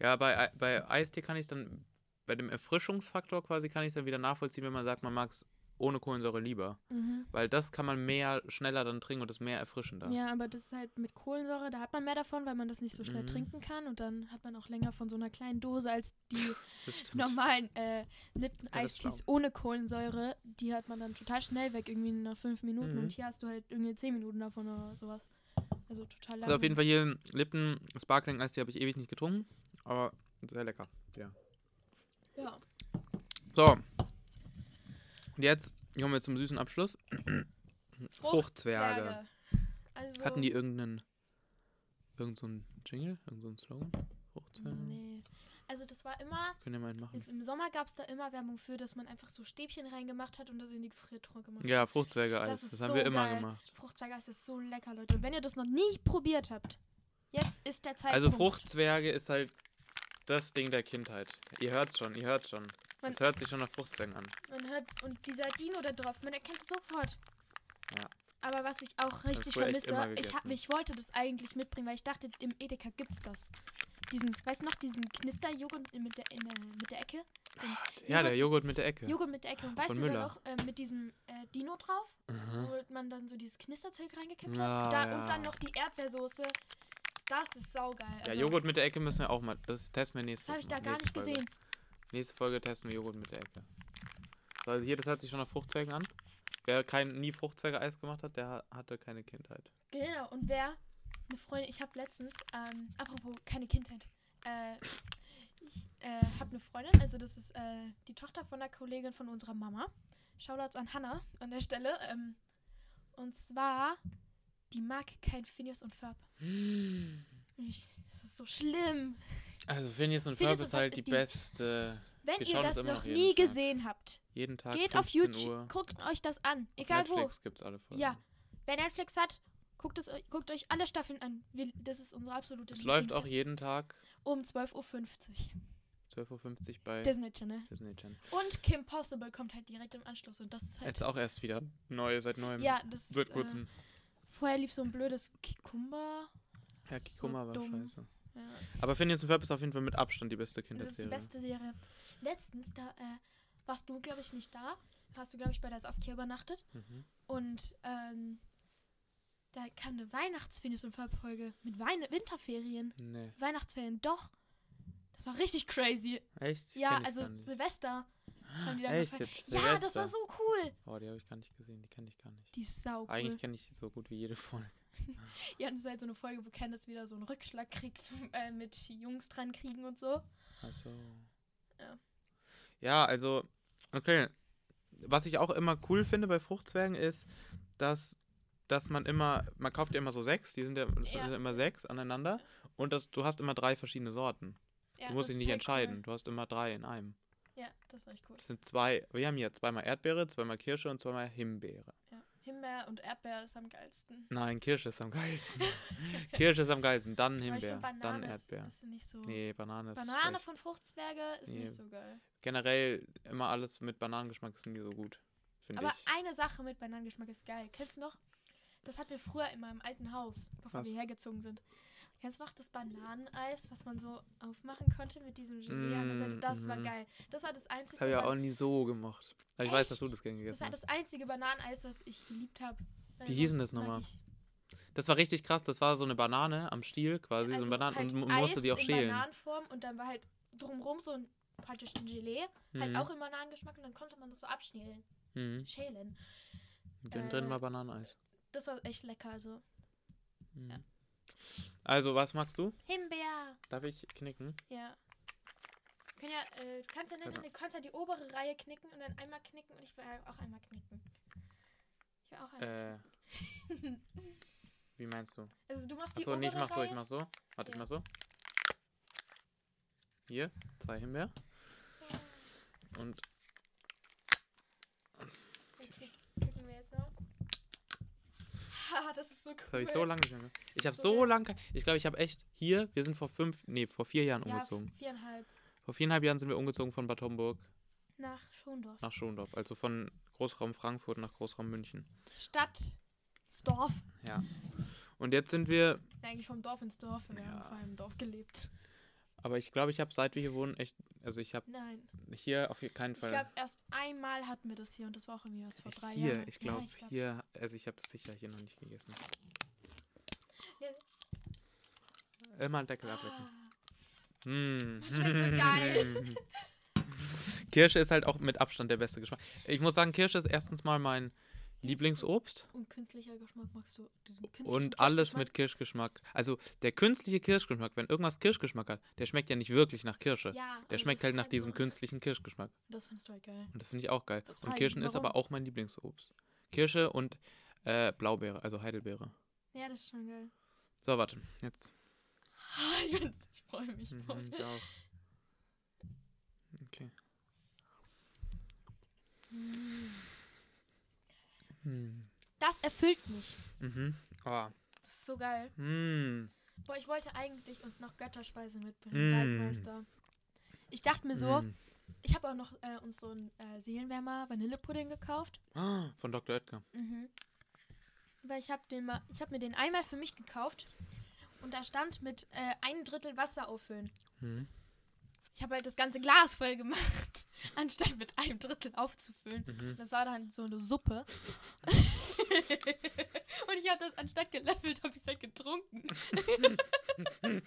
Speaker 2: Ja, bei, Ei- bei Eistee kann ich es dann, bei dem Erfrischungsfaktor quasi, kann ich es dann wieder nachvollziehen, wenn man sagt, man mag es ohne Kohlensäure lieber.
Speaker 1: mhm.
Speaker 2: Weil das kann man mehr, schneller dann trinken und ist mehr erfrischender.
Speaker 1: ja, aber das ist halt mit Kohlensäure, da hat man mehr davon, weil man das nicht so schnell
Speaker 2: Mhm.
Speaker 1: trinken kann und dann hat man auch länger von so einer kleinen Dose als die
Speaker 2: Das stimmt.
Speaker 1: normalen äh, Lipton
Speaker 2: Ja, das ist
Speaker 1: Eistees ohne Kohlensäure. Die hat man dann total schnell weg, irgendwie nach fünf Minuten
Speaker 2: Mhm.
Speaker 1: und hier hast du halt irgendwie zehn Minuten davon oder sowas. Also total lang.
Speaker 2: Also auf jeden Fall hier Lippen Sparkling Eistee habe ich ewig nicht getrunken, aber sehr lecker.
Speaker 1: Ja.
Speaker 2: So. Und jetzt kommen wir zum süßen Abschluss. Fruchtzwerge.
Speaker 1: Also,
Speaker 2: Hatten die irgendeinen irgend so einen Jingle, irgend so einen Slogan? Fruchtzwerge?
Speaker 1: Nee. Also das war immer,
Speaker 2: Können wir mal einen machen.
Speaker 1: jetzt im Sommer gab es da immer Werbung für, dass man einfach so Stäbchen reingemacht hat und das in die Gefriertruhe gemacht
Speaker 2: Ja,
Speaker 1: hat.
Speaker 2: Fruchtzwerge-Eis.
Speaker 1: Das
Speaker 2: Das,
Speaker 1: ist
Speaker 2: haben
Speaker 1: so
Speaker 2: wir immer
Speaker 1: geil.
Speaker 2: gemacht.
Speaker 1: Fruchtzwergeis ist so lecker, Leute. Und wenn ihr das noch nie probiert habt, jetzt ist der Zeitpunkt.
Speaker 2: Also Fruchtzwerge ist halt das Ding der Kindheit. Ihr hört's schon, ihr hört's schon.
Speaker 1: Man-
Speaker 2: es hört sich schon nach Fruchtzwergen an.
Speaker 1: Man hört, und dieser Dino da drauf, man erkennt es sofort.
Speaker 2: Ja.
Speaker 1: Aber was ich auch richtig
Speaker 2: früher
Speaker 1: vermisse,
Speaker 2: echt immer
Speaker 1: ich, hab,
Speaker 2: gegessen.
Speaker 1: ich wollte das eigentlich mitbringen, weil ich dachte, im Edeka gibt's das. Diesen, weißt du noch, diesen Knisterjoghurt mit der, in der, mit der Ecke?
Speaker 2: Ja,
Speaker 1: Joghurt-
Speaker 2: der Joghurt mit der Ecke.
Speaker 1: Joghurt mit der Ecke. Und weißt
Speaker 2: Von
Speaker 1: du da
Speaker 2: Müller.
Speaker 1: noch, ähm, mit diesem äh, Dino drauf,
Speaker 2: Mhm.
Speaker 1: wo man dann so dieses Knisterzeug reingekippt
Speaker 2: Ja,
Speaker 1: hat? Da,
Speaker 2: ja.
Speaker 1: Und dann noch die Erdbeersoße. Das ist saugeil.
Speaker 2: Ja,
Speaker 1: Also,
Speaker 2: Joghurt mit der Ecke müssen wir auch mal. Das testen wir
Speaker 1: Das
Speaker 2: nächste
Speaker 1: habe ich da gar
Speaker 2: nächste
Speaker 1: nicht
Speaker 2: Folge.
Speaker 1: gesehen.
Speaker 2: Nächste Folge testen wir Joghurt mit der Ecke. So, also hier, das hört sich schon nach Fruchtzweigen an. Wer kein, nie Fruchtzweige-Eis gemacht hat, der ha- hatte keine Kindheit.
Speaker 1: Genau, und wer eine Freundin, ich habe letztens, ähm, apropos keine Kindheit, äh, ich äh, habe eine Freundin, also das ist äh, die Tochter von einer Kollegin von unserer Mama. Shoutouts an Hannah an der Stelle. Ähm, und zwar, die mag kein Phineas und Ferb. Und Ich, das ist so schlimm.
Speaker 2: Also Phineas und
Speaker 1: Phineas
Speaker 2: Ferb
Speaker 1: und
Speaker 2: ist
Speaker 1: Ferb
Speaker 2: halt
Speaker 1: ist
Speaker 2: die
Speaker 1: die-
Speaker 2: beste.
Speaker 1: Wenn
Speaker 2: Wir
Speaker 1: ihr
Speaker 2: schauen
Speaker 1: das
Speaker 2: uns immer
Speaker 1: noch
Speaker 2: noch jeden
Speaker 1: nie
Speaker 2: Tag.
Speaker 1: gesehen habt,
Speaker 2: Jeden Tag
Speaker 1: geht
Speaker 2: 15
Speaker 1: auf YouTube,
Speaker 2: Uhr.
Speaker 1: guckt euch das an, egal
Speaker 2: auf
Speaker 1: wo.
Speaker 2: Netflix gibt's alle Folgen.
Speaker 1: Ja, Wer Netflix hat, guckt, es, eu- guckt euch alle Staffeln an. Wir, das ist unsere absolute
Speaker 2: Es läuft auch
Speaker 1: Lieblings-
Speaker 2: jeden Tag
Speaker 1: um 12.50 Uhr.
Speaker 2: 12.50 Uhr bei
Speaker 1: Disney Channel.
Speaker 2: Disney Channel.
Speaker 1: Und Kim Possible kommt halt direkt im Anschluss und das ist halt.
Speaker 2: Jetzt ähm, auch erst wieder. Neu, seit neuem.
Speaker 1: ja, das
Speaker 2: Seit
Speaker 1: ist. Äh,
Speaker 2: kurzem.
Speaker 1: vorher lief so ein blödes Kikumba.
Speaker 2: ja,
Speaker 1: äh, so
Speaker 2: Kikoma war
Speaker 1: dumm.
Speaker 2: scheiße.
Speaker 1: Ja,
Speaker 2: Aber Phineas und Ferb ist auf jeden Fall mit Abstand die beste
Speaker 1: das ist die
Speaker 2: Kinderserie.
Speaker 1: beste Serie. Letztens, da äh, warst du, glaube ich, nicht da. Da Hast du, glaube ich, bei der Saskia übernachtet.
Speaker 2: Mhm.
Speaker 1: Und ähm, da kam eine Weihnachtsfinis und Folge mit Weine Winterferien.
Speaker 2: Nee.
Speaker 1: Weihnachtsferien, doch. Das war richtig crazy.
Speaker 2: Echt? Ich
Speaker 1: Ja,
Speaker 2: kenn die
Speaker 1: also
Speaker 2: gar nicht.
Speaker 1: Silvester. Haben die da
Speaker 2: Echt
Speaker 1: gefeiert.
Speaker 2: jetzt?
Speaker 1: Ja, das war
Speaker 2: Silvester?
Speaker 1: so cool.
Speaker 2: Oh, die habe ich gar nicht gesehen. Die kenne ich gar nicht.
Speaker 1: Die ist sau cool.
Speaker 2: Eigentlich kenne ich so gut wie jede Folge.
Speaker 1: Ja, das ist halt so eine Folge, wo Candice wieder so einen Rückschlag kriegt äh, mit Jungs dran kriegen und so.
Speaker 2: Also.
Speaker 1: Ja.
Speaker 2: Ja, also, okay. Was ich auch immer cool finde bei Fruchtzwergen ist, dass, dass man immer, man kauft ja immer so sechs, die sind ja, das
Speaker 1: Ja.
Speaker 2: sind ja immer sechs aneinander und das, du hast immer drei verschiedene Sorten.
Speaker 1: Ja,
Speaker 2: du musst
Speaker 1: das
Speaker 2: dich
Speaker 1: ist
Speaker 2: nicht
Speaker 1: halt
Speaker 2: entscheiden, du hast immer drei in einem.
Speaker 1: Cool. Ja, das ist echt cool.
Speaker 2: Das sind zwei, wir haben hier zweimal Erdbeere, zweimal Kirsche und zweimal Himbeere.
Speaker 1: Ja. Himbeer und Erdbeer ist am geilsten.
Speaker 2: Nein, Kirsche ist am geilsten. Kirsche ist am geilsten, dann
Speaker 1: Aber ich
Speaker 2: Himbeere,
Speaker 1: find, Banane
Speaker 2: dann
Speaker 1: ist-
Speaker 2: Erdbeer.
Speaker 1: Ist nicht so.
Speaker 2: Nee, Banane ist
Speaker 1: Banane
Speaker 2: schlecht.
Speaker 1: von Fruchtzwerge ist
Speaker 2: Nee.
Speaker 1: nicht so geil.
Speaker 2: Generell immer alles mit Bananengeschmack ist nie so gut, finde
Speaker 1: Aber
Speaker 2: ich.
Speaker 1: eine Sache mit Bananengeschmack ist geil. Kennst du noch? Das hatten wir früher in meinem alten Haus, bevor
Speaker 2: Was?
Speaker 1: wir hergezogen sind. Kennst du noch das Bananeneis, was man so aufmachen konnte mit diesem Gelee an der Seite?
Speaker 2: Mm,
Speaker 1: Das war
Speaker 2: mhm.
Speaker 1: geil. Das war das
Speaker 2: Das
Speaker 1: einzige
Speaker 2: habe ich auch nie so gemocht. Aber ich weiß, dass du
Speaker 1: Echt?
Speaker 2: das gerne
Speaker 1: Das
Speaker 2: gegessen
Speaker 1: war
Speaker 2: hast.
Speaker 1: das einzige Bananeneis, was ich geliebt Äh, habe.
Speaker 2: Wie hieß denn das nochmal? Das war richtig krass. Das war so eine Banane am Stiel quasi, so eine Banane Also und man musste die auch
Speaker 1: Also halt In
Speaker 2: schälen.
Speaker 1: Bananenform und dann war halt drumrum so ein praktisch ein Gelee, halt
Speaker 2: Mhm.
Speaker 1: auch im Bananengeschmack und dann konnte man das so abschälen.
Speaker 2: Mhm.
Speaker 1: Schälen.
Speaker 2: Und innen drin
Speaker 1: äh,
Speaker 2: war Bananeneis.
Speaker 1: Das war echt lecker. Also
Speaker 2: Mhm.
Speaker 1: ja.
Speaker 2: Also, was magst du?
Speaker 1: Himbeer.
Speaker 2: Darf ich knicken?
Speaker 1: Ja. Wir können ja, äh, du kannst ja, nicht,
Speaker 2: Genau.
Speaker 1: du kannst ja die obere Reihe knicken und dann einmal knicken und ich will auch einmal knicken. Ich will auch einmal
Speaker 2: Äh,
Speaker 1: knicken.
Speaker 2: wie meinst du?
Speaker 1: also du machst die
Speaker 2: Achso,
Speaker 1: obere
Speaker 2: nee, ich mach so,
Speaker 1: Reihe.
Speaker 2: ich mach so. Warte, ich
Speaker 1: Ja.
Speaker 2: mach so. Hier, zwei Himbeer. Und
Speaker 1: Okay, Knicken wir jetzt noch. Ha, das ist so cool.
Speaker 2: das habe ich so lange nicht mehr gemacht.
Speaker 1: Das
Speaker 2: Ich
Speaker 1: ist
Speaker 2: habe
Speaker 1: so
Speaker 2: so
Speaker 1: geil.
Speaker 2: lange. kein- Ich glaube, ich habe echt hier, wir sind vor fünf, nee, vor vier Jahren
Speaker 1: Ja,
Speaker 2: umgezogen.
Speaker 1: viereinhalb.
Speaker 2: Vor viereinhalb Jahren sind wir umgezogen von Bad Homburg
Speaker 1: Nach Schondorf.
Speaker 2: nach Schondorf, also von Großraum Frankfurt nach Großraum München.
Speaker 1: Stadt. Das Dorf.
Speaker 2: Ja. Und jetzt sind wir,
Speaker 1: Eigentlich vom Dorf ins Dorf. Wir haben
Speaker 2: Ja.
Speaker 1: vor allem im Dorf gelebt.
Speaker 2: aber ich glaube, ich habe seit wir hier wohnen echt, also ich habe
Speaker 1: Nein.
Speaker 2: hier auf keinen
Speaker 1: Ich
Speaker 2: Fall.
Speaker 1: glaube, erst einmal hatten wir das hier und das war auch irgendwie erst vor drei
Speaker 2: hier,
Speaker 1: Jahren.
Speaker 2: ich glaube,
Speaker 1: ja, ich glaub,
Speaker 2: hier, also ich habe das sicher hier noch nicht gegessen. Immer einen Deckel ablecken.
Speaker 1: Ah,
Speaker 2: Mm.
Speaker 1: schmeckt so geil.
Speaker 2: Kirsche ist halt auch mit Abstand der beste Geschmack. Ich muss sagen, Kirsche ist erstens mal mein Lieblingsobst
Speaker 1: Und künstlicher Geschmack magst du. den künstlichen
Speaker 2: und alles
Speaker 1: Kirschgeschmack?
Speaker 2: mit Kirschgeschmack. Also der künstliche Kirschgeschmack, wenn irgendwas Kirschgeschmack hat, der schmeckt ja nicht wirklich nach Kirsche.
Speaker 1: Ja, aber
Speaker 2: Der schmeckt
Speaker 1: das
Speaker 2: halt
Speaker 1: ist
Speaker 2: nach
Speaker 1: halt
Speaker 2: diesem
Speaker 1: so.
Speaker 2: künstlichen Kirschgeschmack.
Speaker 1: Das findest du halt geil.
Speaker 2: Und das finde ich auch geil.
Speaker 1: Das
Speaker 2: Und
Speaker 1: frage ich
Speaker 2: Kirschen
Speaker 1: mich,
Speaker 2: ist aber
Speaker 1: warum?
Speaker 2: auch mein Lieblingsobst. Kirsche und äh, Blaubeere, also Heidelbeere.
Speaker 1: Ja, das ist schon geil.
Speaker 2: So, warte. Jetzt.
Speaker 1: Ah, ich find's- ich freue mich voll.
Speaker 2: Mhm, ich auch. Okay. Hm.
Speaker 1: Das erfüllt mich.
Speaker 2: Mhm. Oh.
Speaker 1: Das ist so geil.
Speaker 2: Hm.
Speaker 1: Boah, ich wollte eigentlich uns noch Götterspeise mitbringen,
Speaker 2: Mm.
Speaker 1: Waldmeister. Ich dachte mir so,
Speaker 2: Hm.
Speaker 1: ich habe auch noch äh, uns so einen äh, Seelenwärmer Vanillepudding gekauft.
Speaker 2: Ah, Von Dr. Oetker.
Speaker 1: Mhm. weil ich habe hab mir den einmal für mich gekauft und da stand mit äh, ein Drittel Wasser auffüllen.
Speaker 2: Mhm.
Speaker 1: Ich habe halt das ganze Glas voll gemacht, anstatt mit einem Drittel aufzufüllen.
Speaker 2: Mhm.
Speaker 1: Das war dann so eine Suppe. und ich habe das anstatt gelöffelt, habe ich es halt getrunken. und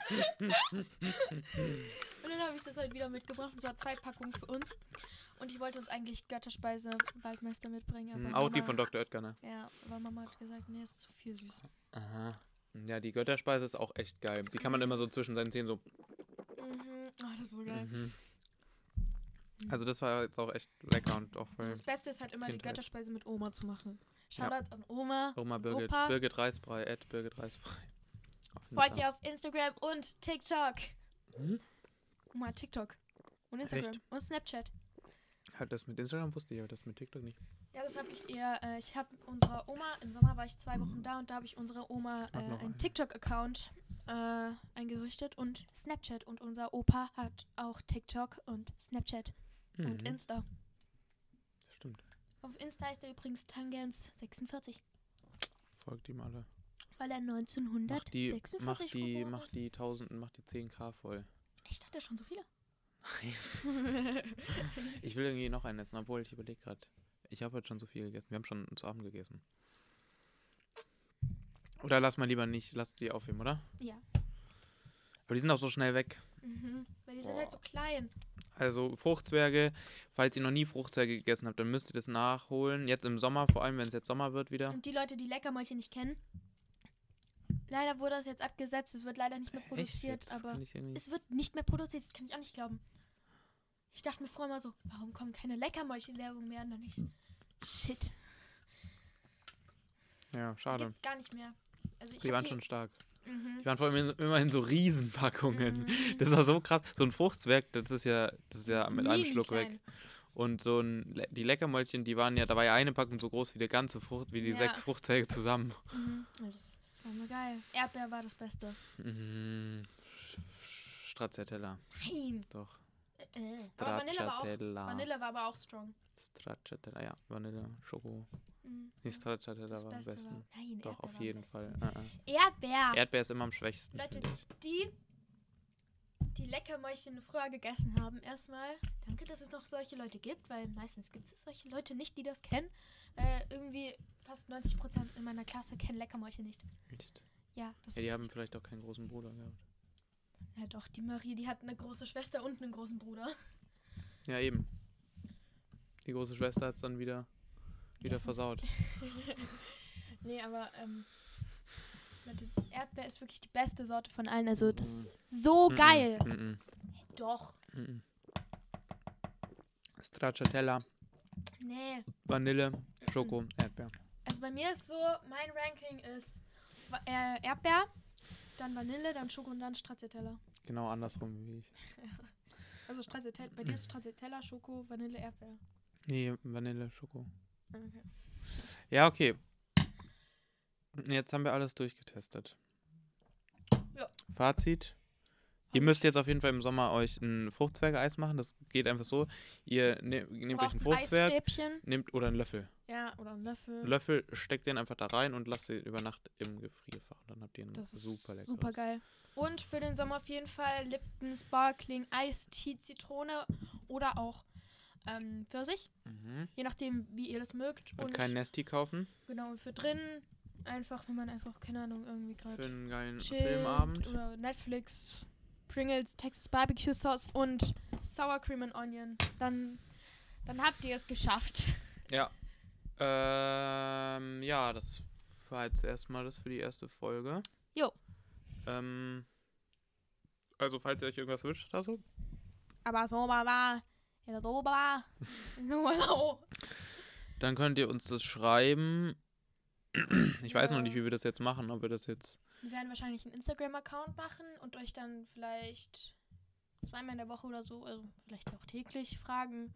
Speaker 1: dann habe ich das halt wieder mitgebracht. Und zwar zwei Packungen für uns. Und ich wollte uns eigentlich Götterspeise Waldmeister mitbringen.
Speaker 2: Mhm.
Speaker 1: Aber
Speaker 2: Auch die
Speaker 1: Mama-
Speaker 2: von Dr. Oetker, ne?
Speaker 1: Ja, aber Mama hat gesagt, nee, ist zu viel süß.
Speaker 2: Aha. Ja, die Götterspeise ist auch echt geil. Die kann man immer so zwischen seinen Zähnen so.
Speaker 1: Mhm. Oh, das ist so geil.
Speaker 2: Mhm. Also das war jetzt auch echt lecker und auch voll.
Speaker 1: Das Beste ist halt immer, die
Speaker 2: Kindheit.
Speaker 1: Götterspeise mit Oma zu machen.
Speaker 2: Ja.
Speaker 1: Shoutouts an Oma.
Speaker 2: Oma Birgit.
Speaker 1: Opa.
Speaker 2: Birgit Reisbrei, Ed Birgit Reisbrei. Auf
Speaker 1: Folgt
Speaker 2: Insta.
Speaker 1: ihr auf Instagram und TikTok.
Speaker 2: Mhm.
Speaker 1: Oma, TikTok. Und Instagram. Und Snapchat.
Speaker 2: Halt das mit Instagram wusste ich, aber das mit TikTok nicht.
Speaker 1: Ja, das habe ich eher. Äh, ich habe unserer Oma, im Sommer war ich zwei Wochen da und da habe ich unserer Oma äh,
Speaker 2: Mach noch
Speaker 1: einen
Speaker 2: einen.
Speaker 1: TikTok-Account äh, eingerichtet und Snapchat. Und unser Opa hat auch TikTok und Snapchat und
Speaker 2: Mhm.
Speaker 1: Insta.
Speaker 2: Stimmt.
Speaker 1: Auf Insta ist er übrigens Tangens46,
Speaker 2: Folgt ihm alle.
Speaker 1: weil er
Speaker 2: Mach die,
Speaker 1: 1946
Speaker 2: mach die,
Speaker 1: geboren
Speaker 2: mach
Speaker 1: ist.
Speaker 2: die 1000, mach die 10k voll.
Speaker 1: Ich hatte schon so viele.
Speaker 2: Ich will irgendwie noch einen essen, obwohl ich überlege gerade. Ich habe heute schon so viel gegessen. Wir haben schon zu Abend gegessen. Oder lass mal lieber nicht, lass die aufheben, oder?
Speaker 1: ja.
Speaker 2: Aber die sind auch so schnell weg.
Speaker 1: Mhm. Weil die sind halt so
Speaker 2: Boah.
Speaker 1: klein.
Speaker 2: Also Fruchtzwerge, falls ihr noch nie Fruchtzwerge gegessen habt, dann müsst ihr das nachholen. Jetzt im Sommer, vor allem wenn es jetzt Sommer wird wieder.
Speaker 1: Und die Leute, die Leckermäulchen nicht kennen, leider wurde das jetzt abgesetzt. Es wird leider nicht mehr produziert,
Speaker 2: jetzt? Das
Speaker 1: aber
Speaker 2: kann ich irgendwie-
Speaker 1: es wird nicht mehr produziert. Das kann ich auch nicht glauben. Ich dachte mir vorher mal so, warum kommen keine Leckermäulchen-Werbung mehr? Und dann ich, shit,
Speaker 2: ja,
Speaker 1: die
Speaker 2: schade.
Speaker 1: gibt's gar nicht mehr. Also ich
Speaker 2: Die
Speaker 1: hab
Speaker 2: waren schon stark.
Speaker 1: Mhm.
Speaker 2: Die waren vor allem in- immerhin so Riesenpackungen.
Speaker 1: Mhm.
Speaker 2: Das war so krass. So ein Fruchtzwerg, das ist ja, das
Speaker 1: Das
Speaker 2: ist ja
Speaker 1: ist
Speaker 2: mit einem
Speaker 1: mini
Speaker 2: Schluck weg.
Speaker 1: klein.
Speaker 2: Und so ein, Le- die Leckermäulchen, die waren ja, da war ja eine Packung so groß wie die ganze Frucht, wie die
Speaker 1: Ja.
Speaker 2: sechs Fruchtzwerge zusammen.
Speaker 1: Mhm. Also Das, das war mal geil. Erdbeer war das Beste.
Speaker 2: Mhm. Stracciatella,
Speaker 1: Nein.
Speaker 2: doch.
Speaker 1: Äh, äh. Aber Vanille war auch.
Speaker 2: Stracciatella.
Speaker 1: Vanille war aber auch strong.
Speaker 2: Stracciatella, ja, Vanille, Schoko.
Speaker 1: Mhm.
Speaker 2: Nee, Stracciatella
Speaker 1: Das
Speaker 2: war am
Speaker 1: Beste war.
Speaker 2: besten.
Speaker 1: Nein, Erdbeer
Speaker 2: Doch, auf
Speaker 1: war am
Speaker 2: jeden
Speaker 1: besten.
Speaker 2: Fall. Äh, äh.
Speaker 1: Erdbeer.
Speaker 2: Erdbeer ist immer am schwächsten.
Speaker 1: Leute,
Speaker 2: finde ich.
Speaker 1: die, die Leckermäulchen früher gegessen haben, erstmal danke, dass es noch solche Leute gibt, weil meistens gibt es solche Leute nicht, die das kennen. Äh, irgendwie fast 90% in meiner Klasse kennen Leckermäulchen nicht.
Speaker 2: Echt?
Speaker 1: Ja, das
Speaker 2: Ja, die
Speaker 1: ist-
Speaker 2: haben vielleicht auch keinen großen Bruder gehabt.
Speaker 1: ja doch, die Marie, die hat eine große Schwester und einen großen Bruder.
Speaker 2: Ja, eben. Die große Schwester hat es dann wieder, wieder
Speaker 1: Gegessen.
Speaker 2: versaut.
Speaker 1: Nee, aber ähm, Leute, Erdbeer ist wirklich die beste Sorte von allen. Also das ist so
Speaker 2: Mhm,
Speaker 1: geil.
Speaker 2: mhm,
Speaker 1: Doch.
Speaker 2: mhm. Stracciatella,
Speaker 1: Nee.
Speaker 2: Vanille, Schoko, Erdbeer.
Speaker 1: Also bei mir ist so, mein Ranking ist Wa- äh, Erdbeer, dann Vanille, dann Schoko und dann Stracciatella.
Speaker 2: Genau andersrum wie ich.
Speaker 1: Also Stracciatella, bei dir
Speaker 2: Mhm.
Speaker 1: ist Stracciatella, Schoko, Vanille, Erdbeer.
Speaker 2: Nee, Vanille, Schoko.
Speaker 1: Okay.
Speaker 2: Ja, okay. Jetzt haben wir alles durchgetestet.
Speaker 1: Ja.
Speaker 2: Fazit. Ihr müsst jetzt auf jeden Fall im Sommer euch ein Fruchtzwerge-Eis machen. Das geht einfach so. Ihr ne nehmt euch
Speaker 1: Braucht
Speaker 2: ein
Speaker 1: ein
Speaker 2: Fruchtzwerg,
Speaker 1: Eisstäbchen. Mhm.
Speaker 2: nehmt oder einen Löffel.
Speaker 1: Ja, oder einen Löffel.
Speaker 2: Einen Löffel, steckt den einfach da rein und lasst den über Nacht im Gefrierfach. Dann habt ihr einen
Speaker 1: Das ist
Speaker 2: super lecker.
Speaker 1: super geil. Und für den Sommer auf jeden Fall Lipton Sparkling Ice Tea Zitrone oder auch ähm, Pfirsich,
Speaker 2: Mhm.
Speaker 1: je nachdem, wie ihr das mögt.
Speaker 2: Und kein Nesti kaufen
Speaker 1: genau und für drinnen einfach, wenn man einfach keine Ahnung irgendwie gerade
Speaker 2: für einen geilen
Speaker 1: Chill
Speaker 2: Filmabend.
Speaker 1: oder Netflix, Pringles, Texas Barbecue Sauce und Sour Cream and Onion. Dann, dann habt ihr es geschafft.
Speaker 2: Ja. Ähm, ja, das war jetzt erstmal das für die erste Folge.
Speaker 1: Jo.
Speaker 2: Ähm, also, falls ihr euch irgendwas wünscht oder so,
Speaker 1: Aber so war war. Ja, so war. So, so.
Speaker 2: dann könnt ihr uns das schreiben. Ich weiß noch
Speaker 1: Ja.
Speaker 2: nicht, wie wir das jetzt machen, ob wir das jetzt.
Speaker 1: Wir werden wahrscheinlich einen Instagram-Account machen und euch dann vielleicht zweimal in der Woche oder so, also vielleicht auch täglich fragen.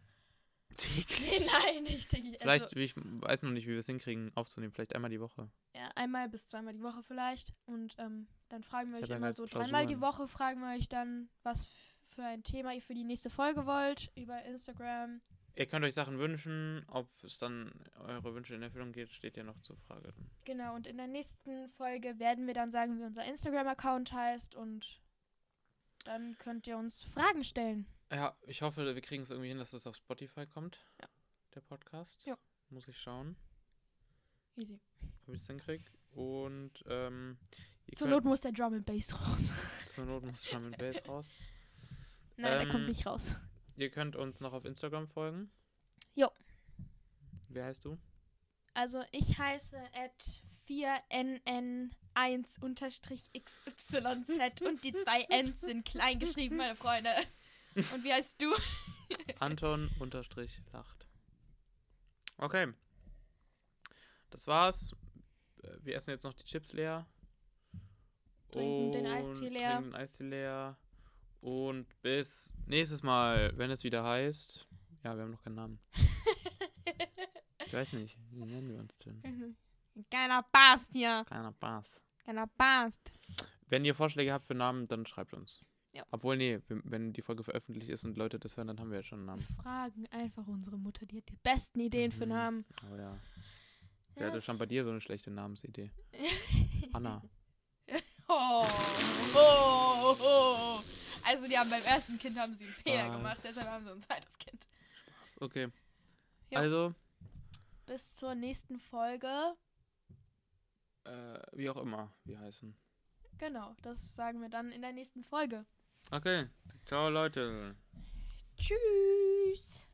Speaker 1: Nee, nein, nicht täglich.
Speaker 2: Vielleicht,
Speaker 1: Also,
Speaker 2: wie ich weiß noch nicht, wie wir es hinkriegen, aufzunehmen. Vielleicht einmal die Woche.
Speaker 1: ja, einmal bis zweimal die Woche vielleicht. Und ähm, dann fragen wir
Speaker 2: Ich
Speaker 1: euch
Speaker 2: hab ja
Speaker 1: immer
Speaker 2: gleich
Speaker 1: so dreimal die
Speaker 2: Klausuren.
Speaker 1: Woche, fragen wir euch dann, was f- für ein Thema ihr für die nächste Folge wollt, über Instagram.
Speaker 2: Ihr könnt euch Sachen wünschen. Ob es dann eure Wünsche in Erfüllung geht, steht ja noch zur Frage.
Speaker 1: Genau, und in der nächsten Folge werden wir dann sagen, wie unser Instagram-Account heißt und dann könnt ihr uns Fragen stellen.
Speaker 2: Ja, ich hoffe, wir kriegen es irgendwie hin, dass es auf Spotify kommt.
Speaker 1: Ja.
Speaker 2: Der Podcast.
Speaker 1: Ja.
Speaker 2: Muss ich schauen,
Speaker 1: Easy.
Speaker 2: ob ich es hinkriege. Und ähm, ihr
Speaker 1: Zur Not
Speaker 2: könnt-
Speaker 1: muss der Drum and Bass raus.
Speaker 2: zur Not muss Drum and Bass raus.
Speaker 1: Nein, der
Speaker 2: Ähm,
Speaker 1: kommt nicht raus.
Speaker 2: Ihr könnt uns noch auf Instagram folgen.
Speaker 1: Jo.
Speaker 2: Wie heißt du?
Speaker 1: Also ich heiße at 4nn1-xyz und die zwei Ns sind klein geschrieben, meine Freunde. Und wie heißt du?
Speaker 2: Anton unterstrich lacht. Okay. Das war's. Äh, Wir essen jetzt noch die Chips leer.
Speaker 1: Trinken den Eistee
Speaker 2: Und
Speaker 1: leer.
Speaker 2: Trinken den Eistee leer. Und bis nächstes Mal, wenn es wieder heißt. Ja, wir haben noch keinen Namen. ich weiß nicht. Wie nennen wir uns denn?
Speaker 1: Keiner passt hier.
Speaker 2: Keiner Bath.
Speaker 1: Keiner passt.
Speaker 2: Wenn ihr Vorschläge habt für Namen, dann schreibt uns.
Speaker 1: Ja.
Speaker 2: Obwohl, nee, wenn- wenn die Folge veröffentlicht ist und Leute das hören, dann haben wir ja schon einen Namen.
Speaker 1: Fragen einfach unsere Mutter, die hat die besten Ideen für
Speaker 2: Mhm.
Speaker 1: Namen.
Speaker 2: Oh ja.
Speaker 1: Ja,
Speaker 2: Wer hatte
Speaker 1: es-
Speaker 2: schon bei dir so eine schlechte Namensidee? Anna.
Speaker 1: Oh, oh, oh. Also die haben beim ersten Kind haben sie einen Fehler
Speaker 2: Spaß.
Speaker 1: gemacht, deshalb haben sie ein zweites Kind.
Speaker 2: Okay.
Speaker 1: Ja.
Speaker 2: Also,
Speaker 1: Bis zur nächsten Folge.
Speaker 2: äh, wie auch immer wir heißen.
Speaker 1: Genau, das sagen wir dann in der nächsten Folge.
Speaker 2: Okay. Ciao, Leute.
Speaker 1: Tschüss.